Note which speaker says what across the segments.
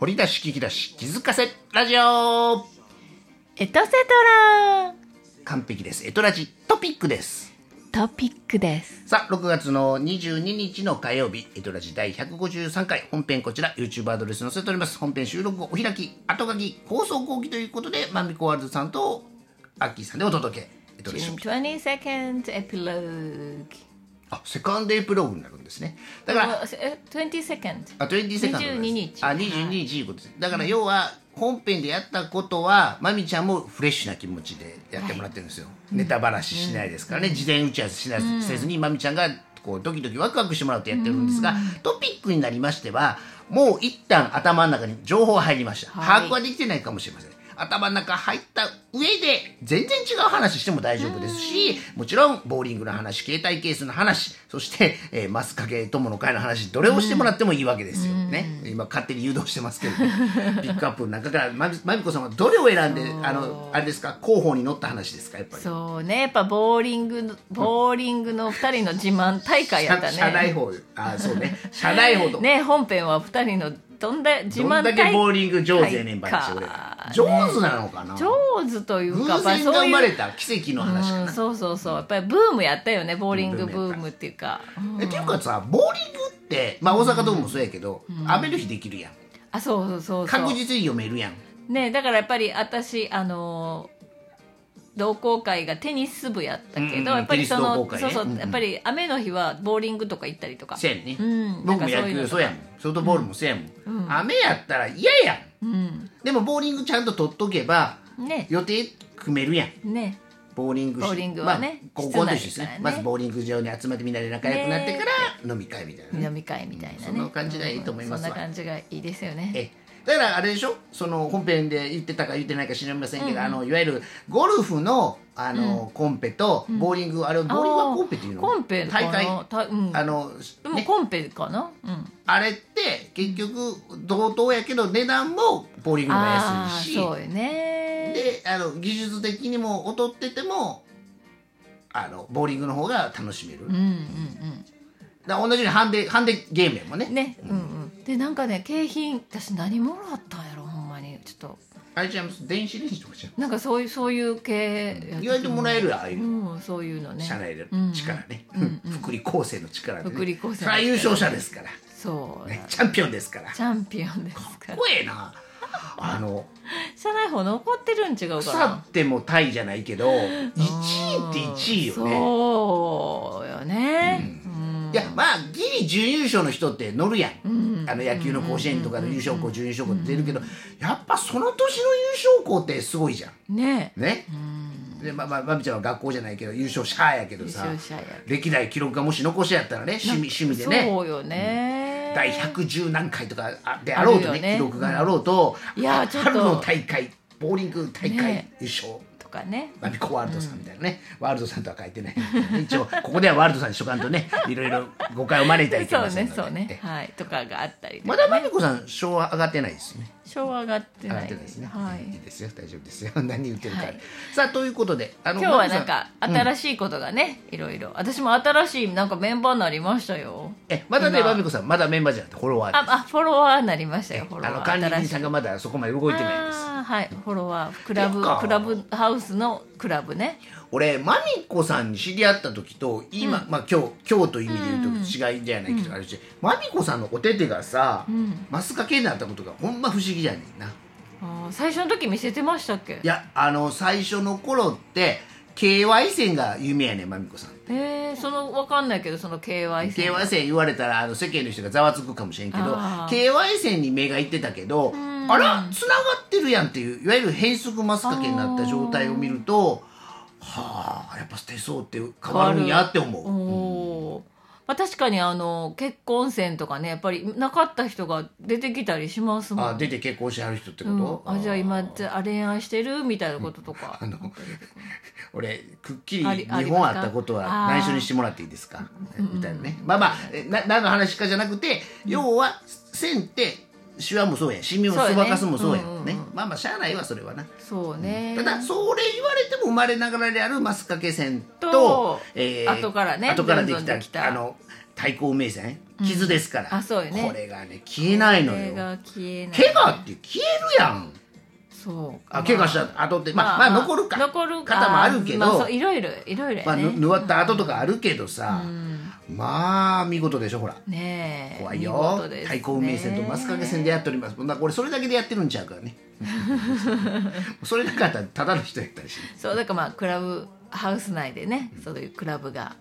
Speaker 1: 掘り出し聞き出し気づかせラジオ
Speaker 2: エトセト
Speaker 1: 完璧ですエトラジトピックです
Speaker 2: ラトピックです
Speaker 1: さあ6月の22日の火曜日エトラジ第153回本編こちら YouTube アドレス載せております本編収録後お開き後書き放送後期ということでマミコワールドさんとアッキーさんでお届けエトラジ
Speaker 2: 22nd epilogue
Speaker 1: あセカンドエプローグになるんですねだから
Speaker 2: あえ 22nd
Speaker 1: あ、22セカンド。
Speaker 2: 22日
Speaker 1: あ、22日いうことです。だから要は、本編でやったことは、まみちゃんもフレッシュな気持ちでやってもらってるんですよ。ネタばらししないですからね、事前打ち合わせしない、せずに、まみちゃんが、こう、ドキドキワクワクしてもらってやってるんですが、トピックになりましては、もう一旦頭の中に情報が入りました。
Speaker 2: はい
Speaker 1: 把握はできてないかもしれません。頭の中入った上で全然違う話しても大丈夫ですしもちろんボーリングの話携帯ケースの話そして、えーマスカケ友の会の話どれをしてもらってもいいわけですよ、ね今勝手に誘導してますけど、 ね、ピックアップの中からまみまみこさんはどれを選んであのあれですか広報に乗った話ですかやっぱり
Speaker 2: そうねやっぱボーリングのボーリングの2人の自慢大会やった
Speaker 1: 社社内
Speaker 2: ね
Speaker 1: 報あそうね社内報と
Speaker 2: ね本編は2人のどんだ自
Speaker 1: どん
Speaker 2: 慢
Speaker 1: だ
Speaker 2: 大
Speaker 1: け
Speaker 2: 会
Speaker 1: ボーリング上手やねんばっち俺
Speaker 2: か
Speaker 1: 上手なのかな
Speaker 2: 上手という
Speaker 1: 偶
Speaker 2: かやっぱり
Speaker 1: 然
Speaker 2: そう
Speaker 1: 生
Speaker 2: い
Speaker 1: ま
Speaker 2: う
Speaker 1: れた奇跡の話かな
Speaker 2: うん、そうそうそうやっぱりブームやったよねボーリングブームっていうか、うん
Speaker 1: えっていうかさボーリングって、まあ、大阪ドームもそうやけど、雨の日できるやん
Speaker 2: あそうそうそうそう
Speaker 1: 確実に読めるやん
Speaker 2: ねだからやっぱり私あのー同好会がテニス部やったけど、
Speaker 1: うんうん
Speaker 2: やっぱりそ
Speaker 1: テニス同
Speaker 2: の、
Speaker 1: 好会
Speaker 2: そ
Speaker 1: ね
Speaker 2: うそう、
Speaker 1: うんうん
Speaker 2: やっぱり雨の日はボーリングとか行ったりとか
Speaker 1: せやんね、
Speaker 2: うん
Speaker 1: 僕も
Speaker 2: なんかそう
Speaker 1: 野
Speaker 2: いうの
Speaker 1: 球そうやもんソフトボールもせやもん、雨やったら嫌やん
Speaker 2: うん
Speaker 1: でもボーリングちゃんと取っとけば
Speaker 2: ね
Speaker 1: 予定組めるやん
Speaker 2: ね
Speaker 1: ボーリングし
Speaker 2: ボーリングはね
Speaker 1: まあ、高校の時です
Speaker 2: 室内ですか
Speaker 1: ね
Speaker 2: らね
Speaker 1: まずボーリング場に集まってみんなで仲良くなってから飲み会みたいなね
Speaker 2: 飲み会みたいなね、
Speaker 1: そんな感じがいいと思いますわ
Speaker 2: うんそんな感じがいいですよね
Speaker 1: えだからあれでしょその本編で言ってたか言ってないか知りませんけど、あのいわゆるゴルフのあの、コンペとボーリング、あれボーリングはコンペっていうの
Speaker 2: あーコンペか
Speaker 1: 大
Speaker 2: な
Speaker 1: 会
Speaker 2: たうん
Speaker 1: あの、
Speaker 2: でも
Speaker 1: ね、
Speaker 2: コンペかな、うん
Speaker 1: あれって結局同等やけど値段もボーリングの方が
Speaker 2: ああ
Speaker 1: 安いし
Speaker 2: そうよね
Speaker 1: であの技術的にも劣っててもあのボーリングの方が楽しめる、
Speaker 2: うん
Speaker 1: だか
Speaker 2: うんうん
Speaker 1: ら同じようにハンデハンデゲームやもんね
Speaker 2: ね、うんうん、でなんかね景品私何もらったんやろほんまにちょっ
Speaker 1: あれちゃん電子レンジとかじゃ
Speaker 2: となんかそういうそういう系や
Speaker 1: ん意外ともらえるよああいううの、
Speaker 2: んそういうのね
Speaker 1: 社内で
Speaker 2: うん
Speaker 1: 力ね、
Speaker 2: うんう ん
Speaker 1: 福利厚生の力で、ね、
Speaker 2: 福利厚生の力
Speaker 1: それは優勝者ですから、
Speaker 2: そう
Speaker 1: ね、チャンピオンですから
Speaker 2: チャンピオンですから
Speaker 1: 怖えなあの
Speaker 2: 社内法残ってるん違うか
Speaker 1: 腐
Speaker 2: な
Speaker 1: ってもタイじゃないけど1位って1位よね
Speaker 2: そうよねうん
Speaker 1: いやまあギリ準優勝の人って乗るやん、
Speaker 2: うん
Speaker 1: あの野球の甲子園とかの優勝校準優勝校って出るけど、やっぱその年の優勝校ってすごいじゃん
Speaker 2: ね
Speaker 1: ね
Speaker 2: うん
Speaker 1: でまあまあまみちゃんは学校じゃないけど優勝者やけど
Speaker 2: 優
Speaker 1: さ
Speaker 2: 勝者や
Speaker 1: 歴代記録がもし残しやったらね趣味趣味でね
Speaker 2: そうよね
Speaker 1: 第110何回とかであろうと
Speaker 2: あ
Speaker 1: ね
Speaker 2: るよ
Speaker 1: 記
Speaker 2: ね
Speaker 1: 録があろうと、
Speaker 2: うんいやーちょっと
Speaker 1: 春の大会ボーリング大会、
Speaker 2: ね
Speaker 1: 優勝
Speaker 2: とかね
Speaker 1: マミコワールドさんみたいなね、ワールドさんとは書いてない 一応ここではワールドさんにしとかんとねいろいろ誤解を招いたりいけ
Speaker 2: そう
Speaker 1: ません
Speaker 2: ね
Speaker 1: ので
Speaker 2: そうね
Speaker 1: え
Speaker 2: はいとかがあったりとか
Speaker 1: まだマミコさん昭和上がってないですね
Speaker 2: 昭和上がって
Speaker 1: 上が
Speaker 2: な
Speaker 1: っ
Speaker 2: い
Speaker 1: てないですね、、
Speaker 2: はい
Speaker 1: い
Speaker 2: い
Speaker 1: ですよ大丈夫ですよ 何言ってるか、
Speaker 2: はい
Speaker 1: さあということであの
Speaker 2: 今日は
Speaker 1: マミ
Speaker 2: なん
Speaker 1: コさ
Speaker 2: か新しいことがね、いろいろ私も新しいなんかメンバーになりましたよ
Speaker 1: えまだね
Speaker 2: 今
Speaker 1: マミコさんまだメンバーじゃなくてフォロワー
Speaker 2: ああフォロワーになりましたよフォロ
Speaker 1: あ
Speaker 2: ワー
Speaker 1: の管理人
Speaker 2: 新しい
Speaker 1: さんがまだそこまで動いてないです
Speaker 2: あーはいフォロワークラ
Speaker 1: て
Speaker 2: ブ
Speaker 1: か
Speaker 2: クラブハウスのクラブね
Speaker 1: 俺マミコさんに知り合った時と今、まあ今日今日という意味で言うと違いじゃないけどあるし、マミコさんのお手手がさ、
Speaker 2: ん
Speaker 1: マスカ系になったことがほんま不思議じゃねんな
Speaker 2: あー最初の時見せてましたっけ
Speaker 1: いやあの最初の頃って KY 線が有名やねんマミコさん
Speaker 2: えー、その分かんないけどその KY 線
Speaker 1: KY 線言われたらあの世間の人がざわつくかもしれんけど
Speaker 2: あー
Speaker 1: KY 線に目がいってたけど
Speaker 2: ん
Speaker 1: あらつながってるやんっていういわゆる変則マスカ系になった状態を見るとはあやっぱ捨てそうって変わるんやって思う。
Speaker 2: おーまあ、確かにあの結婚線とかねやっぱりなかった人が出てきたりしますもん
Speaker 1: あ出て結婚してはる人ってこ
Speaker 2: うん
Speaker 1: と、
Speaker 2: あじゃあ今
Speaker 1: ー
Speaker 2: じゃあ恋愛してるみたいなこととか、
Speaker 1: あの俺くっきり
Speaker 2: あり
Speaker 1: 日
Speaker 2: あり
Speaker 1: 本あったことは
Speaker 2: あー
Speaker 1: 内緒にしてもらっていいですかみたいなねまあまあえな何の話かじゃなくて要は線ってシワもそうやんシミも
Speaker 2: そう
Speaker 1: そ
Speaker 2: やね
Speaker 1: ばかすもそうやん
Speaker 2: うんうんうん
Speaker 1: ねまあまあしゃあないわそれはな
Speaker 2: そうね、
Speaker 1: ただそれ言われても生まれながらであるマスカケ線と
Speaker 2: と
Speaker 1: え
Speaker 2: 後からね
Speaker 1: 後からでき
Speaker 2: どんどん
Speaker 1: た
Speaker 2: できた
Speaker 1: あの対抗名線傷ですから、
Speaker 2: あそうよね
Speaker 1: これがね消えないの
Speaker 2: これ
Speaker 1: よ
Speaker 2: が消えない
Speaker 1: 怪我って消えるやん
Speaker 2: そう
Speaker 1: あ怪我した後ってまあ、まあ残るか
Speaker 2: 残るか
Speaker 1: 方もあるけど、
Speaker 2: ま
Speaker 1: ま
Speaker 2: あ
Speaker 1: あ
Speaker 2: そういろいろいろいろやね、
Speaker 1: ぬぬわった後とかあるけどさ、まあ見事でしょほら
Speaker 2: ねえ
Speaker 1: 怖い
Speaker 2: 見
Speaker 1: よ
Speaker 2: 事ですね
Speaker 1: 対抗運命線とマスカゲ線でやっておりますなんか俺それだけでやってるんちゃう からねそれなかったらただの人やったりし
Speaker 2: そうだからまあクラブハウス内でね、そういうクラブが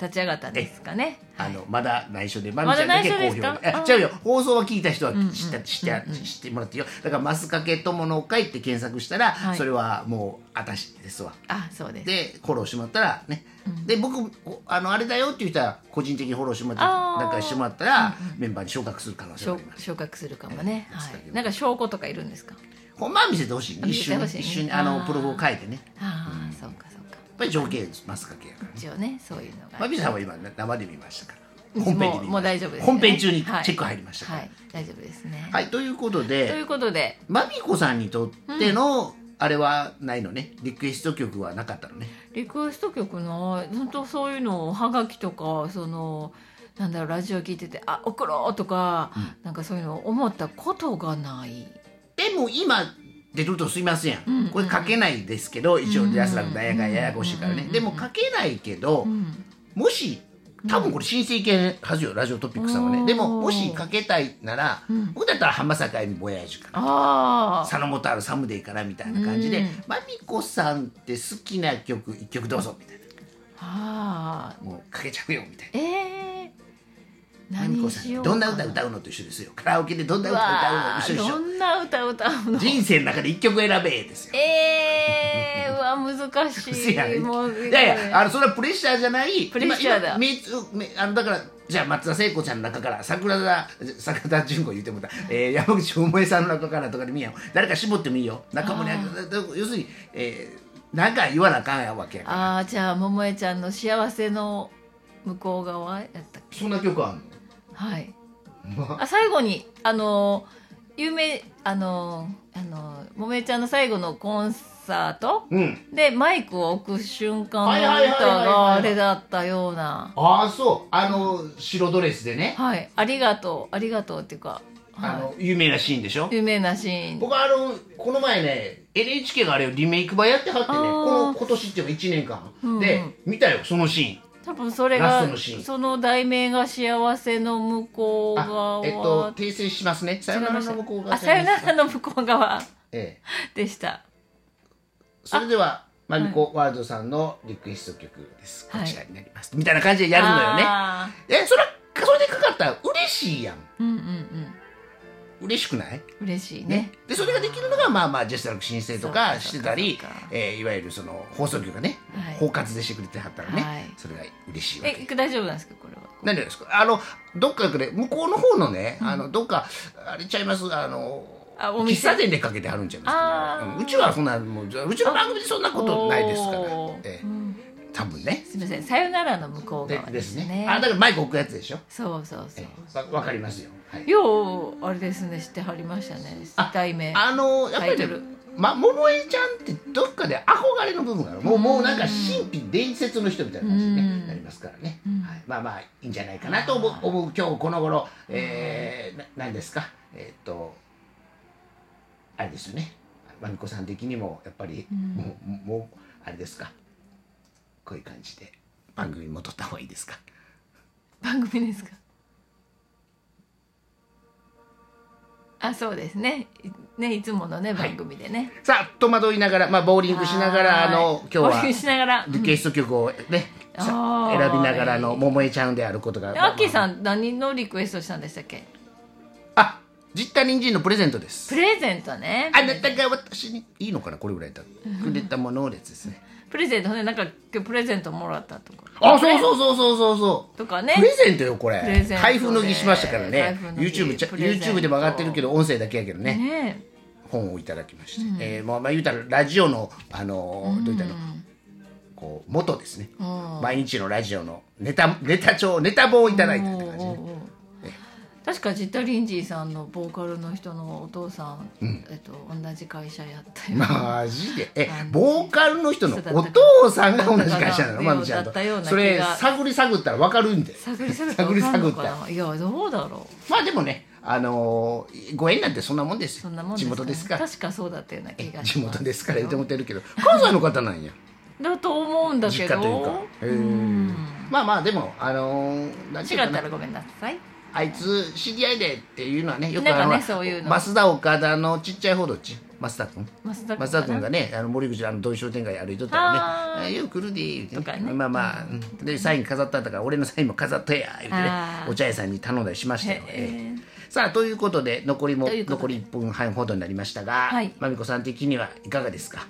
Speaker 2: 立ち上がったんですかね
Speaker 1: あのまだ内緒でまみちゃんだけ
Speaker 2: まだ
Speaker 1: 好
Speaker 2: 内緒
Speaker 1: 評
Speaker 2: ですか
Speaker 1: え
Speaker 2: あ
Speaker 1: 違うよ放送は聞いた人は知った知って知ってもらっていいよだから「マスカケ友の会」って検索したら、
Speaker 2: はい
Speaker 1: それはもう私ですわ
Speaker 2: あそうです
Speaker 1: でフォローしてもらったらね、で僕おあのあれだよっていう人は個人的にフォローしてもらっ
Speaker 2: あー
Speaker 1: てなんかしてもらったら、メンバーに昇格する可能性があ
Speaker 2: 昇
Speaker 1: ります
Speaker 2: 昇格するかもね、
Speaker 1: ええ
Speaker 2: は
Speaker 1: 伝えて
Speaker 2: い、なんか証拠とかいるんですか
Speaker 1: ほんまは見せてほしいね
Speaker 2: 見
Speaker 1: 一
Speaker 2: せて
Speaker 1: 瞬
Speaker 2: ほ
Speaker 1: に
Speaker 2: しいね
Speaker 1: 一瞬にあ
Speaker 2: あ
Speaker 1: の
Speaker 2: ー
Speaker 1: プロフを書いてねやっ
Speaker 2: ああ、そうかそうか
Speaker 1: ぱり条件マスカケやからね
Speaker 2: 一応ねそういうのが、
Speaker 1: まみさんは今生で見ましたから
Speaker 2: もう
Speaker 1: 本編で見ました
Speaker 2: もう大丈夫です、ね、
Speaker 1: 本編中にチェック入りましたか
Speaker 2: は
Speaker 1: ら
Speaker 2: い、はい大丈夫ですね、
Speaker 1: はい、ということで
Speaker 2: ということで
Speaker 1: マミコさんにとっての、あれはないのねリクエスト曲はなかったのね
Speaker 2: リクエスト曲の本当そういうのをおはがきとかそのなんだろうラジオ聞いてて「あ送ろう」とか、なんかそういうのを思ったことがない
Speaker 1: でも今出るとすいません、
Speaker 2: うんうん
Speaker 1: これ書けないですけど一応
Speaker 2: うんうん
Speaker 1: 安らく大学がややこしいからね、
Speaker 2: うんうん
Speaker 1: でも書けないけど、
Speaker 2: うん
Speaker 1: もし多分これ申請系はずよラジオトピックさんは
Speaker 2: う
Speaker 1: ね
Speaker 2: ん
Speaker 1: でももし書けたいなら、
Speaker 2: うん
Speaker 1: 僕だったら浜坂恵美ぼやじから
Speaker 2: ああ
Speaker 1: 佐野元春サムデイからみたいな感じで、
Speaker 2: うん
Speaker 1: マミコさんって好きな曲一曲どうぞみたい
Speaker 2: ああ
Speaker 1: なもう書けちゃうよみたいな。
Speaker 2: ええー、
Speaker 1: マミ
Speaker 2: 何
Speaker 1: コさ
Speaker 2: しよ
Speaker 1: ん
Speaker 2: うか
Speaker 1: どんな歌歌うのと一緒ですよカラオケでどんな
Speaker 2: う
Speaker 1: 歌歌うの
Speaker 2: わ
Speaker 1: と
Speaker 2: ー
Speaker 1: 一緒でし
Speaker 2: ど
Speaker 1: ょ
Speaker 2: んな歌歌うの
Speaker 1: 人生の中で一曲選べですよ
Speaker 2: ええー、うわ難し
Speaker 1: せや
Speaker 2: い
Speaker 1: ん
Speaker 2: もう
Speaker 1: いやいやあのそれはプレッシャーじゃない
Speaker 2: プレッシャーだ
Speaker 1: 今今めつめあのだからじゃあ松田聖子ちゃんの中から桜田桜田純子言ってもらった、えー、山口百恵さんの中からとかでもいいやん誰か絞ってもいいよ中森明
Speaker 2: あ
Speaker 1: 要するに、えー、なんか言わなあかんやわけやから
Speaker 2: ああじゃあ桃江ちゃんの「幸せの向こう側」やったっけ
Speaker 1: そんな曲あんの
Speaker 2: はい
Speaker 1: ま
Speaker 2: あ最後にあのー有名あのーあのーもめちゃんの最後のコンサート
Speaker 1: うん
Speaker 2: でマイクを置く瞬間の
Speaker 1: はいはいはいは
Speaker 2: 歌
Speaker 1: いはい
Speaker 2: があれだったような
Speaker 1: ああそうあの白ドレスでね
Speaker 2: はいありがとうありがとうっていうか、
Speaker 1: あ
Speaker 2: は
Speaker 1: の有名なシーンでしょ
Speaker 2: い、有名なシーン
Speaker 1: 僕はあのこの前ね NHK があれをリメイク版やってはってね
Speaker 2: あ
Speaker 1: こ
Speaker 2: ー
Speaker 1: の今年っていうか1年間、
Speaker 2: うんうん
Speaker 1: で見たよそのシ
Speaker 2: 多分それ
Speaker 1: ラス
Speaker 2: が
Speaker 1: トのシーン
Speaker 2: その題名が「幸せの向こう
Speaker 1: ーンあ
Speaker 2: 側」
Speaker 1: えっと訂正しますねさよならの向こう側
Speaker 2: あさよなら
Speaker 1: え
Speaker 2: の向こう側
Speaker 1: え
Speaker 2: でした
Speaker 1: それではマミコワールドさんのリクエスト曲ですこ
Speaker 2: はい
Speaker 1: ちらになります、みたいな感じでやるのよね
Speaker 2: あ
Speaker 1: えそれそれでかかったら嬉しいやん
Speaker 2: ーうんうんうん
Speaker 1: 嬉しくない
Speaker 2: 嬉しいね
Speaker 1: ね、でそれができるのがまあまあジェスチャーの申請と
Speaker 2: そう
Speaker 1: か
Speaker 2: か
Speaker 1: してたり
Speaker 2: そうかそう、か
Speaker 1: えーいわゆるその放送局がね、
Speaker 2: はい
Speaker 1: 包括でしてくれてはったらね、
Speaker 2: はい
Speaker 1: それが嬉しいわけ
Speaker 2: え大丈夫なんですかこれは
Speaker 1: 何がですかあのどっかで向こうの方のね、あのどっかあれちゃいますあの
Speaker 2: あお
Speaker 1: 喫
Speaker 2: 店
Speaker 1: 茶店でかけてはるんちゃいますかね
Speaker 2: あー
Speaker 1: うんうちはそんなもううちの番組でそんなことないですから
Speaker 2: おー、
Speaker 1: ええ
Speaker 2: うん
Speaker 1: 多分ね
Speaker 2: すみません、さよならの向こう
Speaker 1: で
Speaker 2: 側で
Speaker 1: ですす
Speaker 2: ね。
Speaker 1: ねあだからマイク置くやつでしょ
Speaker 2: そうそうそ
Speaker 1: え
Speaker 2: う。
Speaker 1: えわ、わかりますよ、はい、
Speaker 2: ようあれですね、知ってはりましたね。題名。
Speaker 1: あのやっぱり
Speaker 2: タ
Speaker 1: ね
Speaker 2: イトル
Speaker 1: ま、桃江ちゃんってどっかで憧れの部分があるもうもうなんか神秘伝説の人みたいな感じに、
Speaker 2: うん
Speaker 1: ね、なりますからね、
Speaker 2: うん
Speaker 1: はい、まあまあいいんじゃないかなと思う思う今日この頃、えー、な何ですかえーっとあれですよねまみこさん的にもやっぱり、もうもうあれですかこういう感じで番組も撮った方がいいですか
Speaker 2: 番組ですか。あ、そうですね。いね、いつものね、
Speaker 1: はい
Speaker 2: 番組でね。
Speaker 1: さあ戸惑いながら、まあ、ボーリングしながらあ
Speaker 2: はい
Speaker 1: の今日は
Speaker 2: 募集しながら。
Speaker 1: リクエスト曲をね、
Speaker 2: うん
Speaker 1: さ
Speaker 2: あー
Speaker 1: 選びながらの桃江ちゃんであることが。
Speaker 2: でアッキーさ
Speaker 1: ん。
Speaker 2: ん、何のリクエストしたんでしたっけ。
Speaker 1: あ、実体人参のプレゼントです
Speaker 2: プ。レゼントね。
Speaker 1: あなたが私にいいのかなこれぐらいだったらくれたものをですね。
Speaker 2: プレゼントね、なんか、今日プレゼントもらったとか。
Speaker 1: あ、そうそうそうそうそうそう。
Speaker 2: とかね
Speaker 1: プレゼントよこ
Speaker 2: プレゼ
Speaker 1: れ
Speaker 2: ント。で
Speaker 1: 開封の儀しましたから
Speaker 2: 開
Speaker 1: ね
Speaker 2: 封。の儀
Speaker 1: YouTube ちゃ
Speaker 2: プレゼント
Speaker 1: YouTube でも上がってるけど音声だけやけどね。
Speaker 2: ね。
Speaker 1: 本をいただきまして、えーまあまあ言うたらラジオのあのーどういったのこう元ですね。毎日のラジオのネタネタ帳ネタ本をいただいたって感じね。
Speaker 2: おうおうおう確かジッタリンジーさんのボーカルの人のお父さん、
Speaker 1: うん
Speaker 2: えっと、同じ会社やったよ
Speaker 1: マジでえ
Speaker 2: あの
Speaker 1: ボーカルの人のお父さんが同じ会社なのまみちゃん
Speaker 2: だ
Speaker 1: と
Speaker 2: ったような気が
Speaker 1: それ探り探ったら分かるんで
Speaker 2: 探り探った
Speaker 1: 探り探った
Speaker 2: わかんのかないやどうだろう
Speaker 1: まあでもねあのーご縁なんてそんなもんですよ
Speaker 2: そんなもん
Speaker 1: 地元ですから
Speaker 2: 確かそうだったような気がします
Speaker 1: 地元ですから言ってもてるけど関西の方なんや
Speaker 2: だと思うんだけ
Speaker 1: 実家
Speaker 2: ど
Speaker 1: というかへえ
Speaker 2: うん
Speaker 1: まあまあでもあのーなんて
Speaker 2: 違
Speaker 1: い
Speaker 2: っ
Speaker 1: うかな
Speaker 2: たらごめんなさい
Speaker 1: あいつ知り合いでっていうのはねよく
Speaker 2: なんか
Speaker 1: あ
Speaker 2: ね
Speaker 1: の
Speaker 2: そういうの
Speaker 1: 増田岡田のちっちゃい方どっち増田君
Speaker 2: 増田君
Speaker 1: 増田君がねあの森口あの同意商店街歩いとったら
Speaker 2: あー
Speaker 1: ね「えよく来るで」言うて、ね
Speaker 2: とかね
Speaker 1: まあまあ、うんでサイン飾ったとから俺のサインも飾ったや言うてね
Speaker 2: あー
Speaker 1: お茶屋さんに頼んだりしましたよ、
Speaker 2: へー
Speaker 1: ええさあということで残りも
Speaker 2: ということで
Speaker 1: 残り1分半ほどになりましたが、
Speaker 2: はい
Speaker 1: まみこさん的にはいかがですか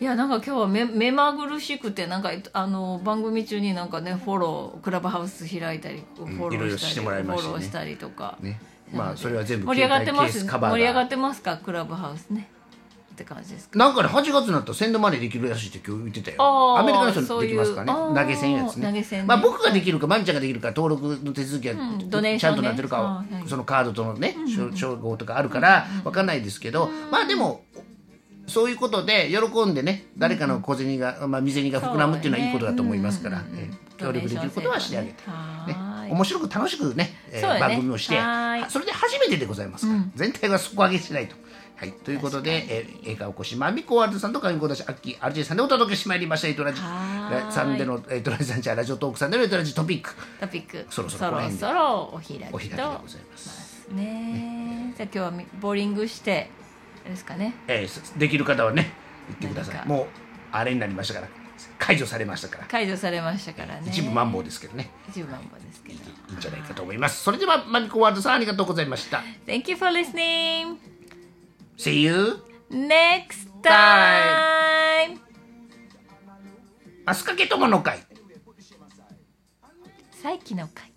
Speaker 2: いやなんか今日は目目まぐるしくてなんかあの番組中になんかねフォロークラブハウス開いたりフォロ
Speaker 1: いろいろ
Speaker 2: ー
Speaker 1: し
Speaker 2: してたり
Speaker 1: もらい
Speaker 2: フ
Speaker 1: ましたね
Speaker 2: ォローしたりとか、
Speaker 1: ねまあそれは全部
Speaker 2: 盛り上がってま
Speaker 1: 携
Speaker 2: す
Speaker 1: 帯ケースカバーが
Speaker 2: 盛り上がってますかクラブハウスねって感じですか
Speaker 1: なんかね8月になったら1000度までできるらしいって今日言ってたよ
Speaker 2: あー
Speaker 1: アメリカの人
Speaker 2: そう
Speaker 1: で
Speaker 2: い
Speaker 1: き
Speaker 2: う
Speaker 1: ますから
Speaker 2: あ
Speaker 1: ね
Speaker 2: ー
Speaker 1: 投げ銭やつね
Speaker 2: 投げ銭ね
Speaker 1: まあ、僕ができるかまみちゃんができるか登録の手続きは、
Speaker 2: うんドネー
Speaker 1: ち
Speaker 2: ショ
Speaker 1: ゃ
Speaker 2: ンね
Speaker 1: んとなってるかは
Speaker 2: はいはい
Speaker 1: そのカードとのね称称号とかあるからわかんないですけど、まあでもそういうことで喜んでね誰かの小銭が、まあ、身銭が膨らむっていうのはいいことだと思いますから、
Speaker 2: そうだね
Speaker 1: え
Speaker 2: うん
Speaker 1: 協力できることはしてあげて、
Speaker 2: は
Speaker 1: ね
Speaker 2: ーい、
Speaker 1: 面白く楽しくね、えー
Speaker 2: そうだね
Speaker 1: 番組をして
Speaker 2: はい
Speaker 1: それで初めてでございますから、全体は底上げしないと。はい、ということで、えー映画おこしまみこワールドさんとかみこだしあっきアルジェさんでお届けしてまいりました「イトラジ
Speaker 2: はー」い
Speaker 1: さんでのえー「イトラジさんじゃラジオトークさんでの「イトラジトピック
Speaker 2: トピック
Speaker 1: そろそろこの辺で
Speaker 2: そろそろお開」
Speaker 1: お開
Speaker 2: き
Speaker 1: きでご
Speaker 2: と
Speaker 1: ざいます、
Speaker 2: ねじゃあ今日はみボーリングしてあれですかね
Speaker 1: えーそできる方はね言ってくださ
Speaker 2: 何
Speaker 1: い
Speaker 2: か
Speaker 1: もうあれになりましたから解除されましたから、
Speaker 2: 解除されましたからね
Speaker 1: 一部マンボウですけどね
Speaker 2: 一部マンボウですけど
Speaker 1: いいんじゃないかと思いますそれではまみこワールドさんありがとうございました
Speaker 2: Thank you for listening
Speaker 1: See you
Speaker 2: next time
Speaker 1: 明日かけともの会
Speaker 2: 再起の会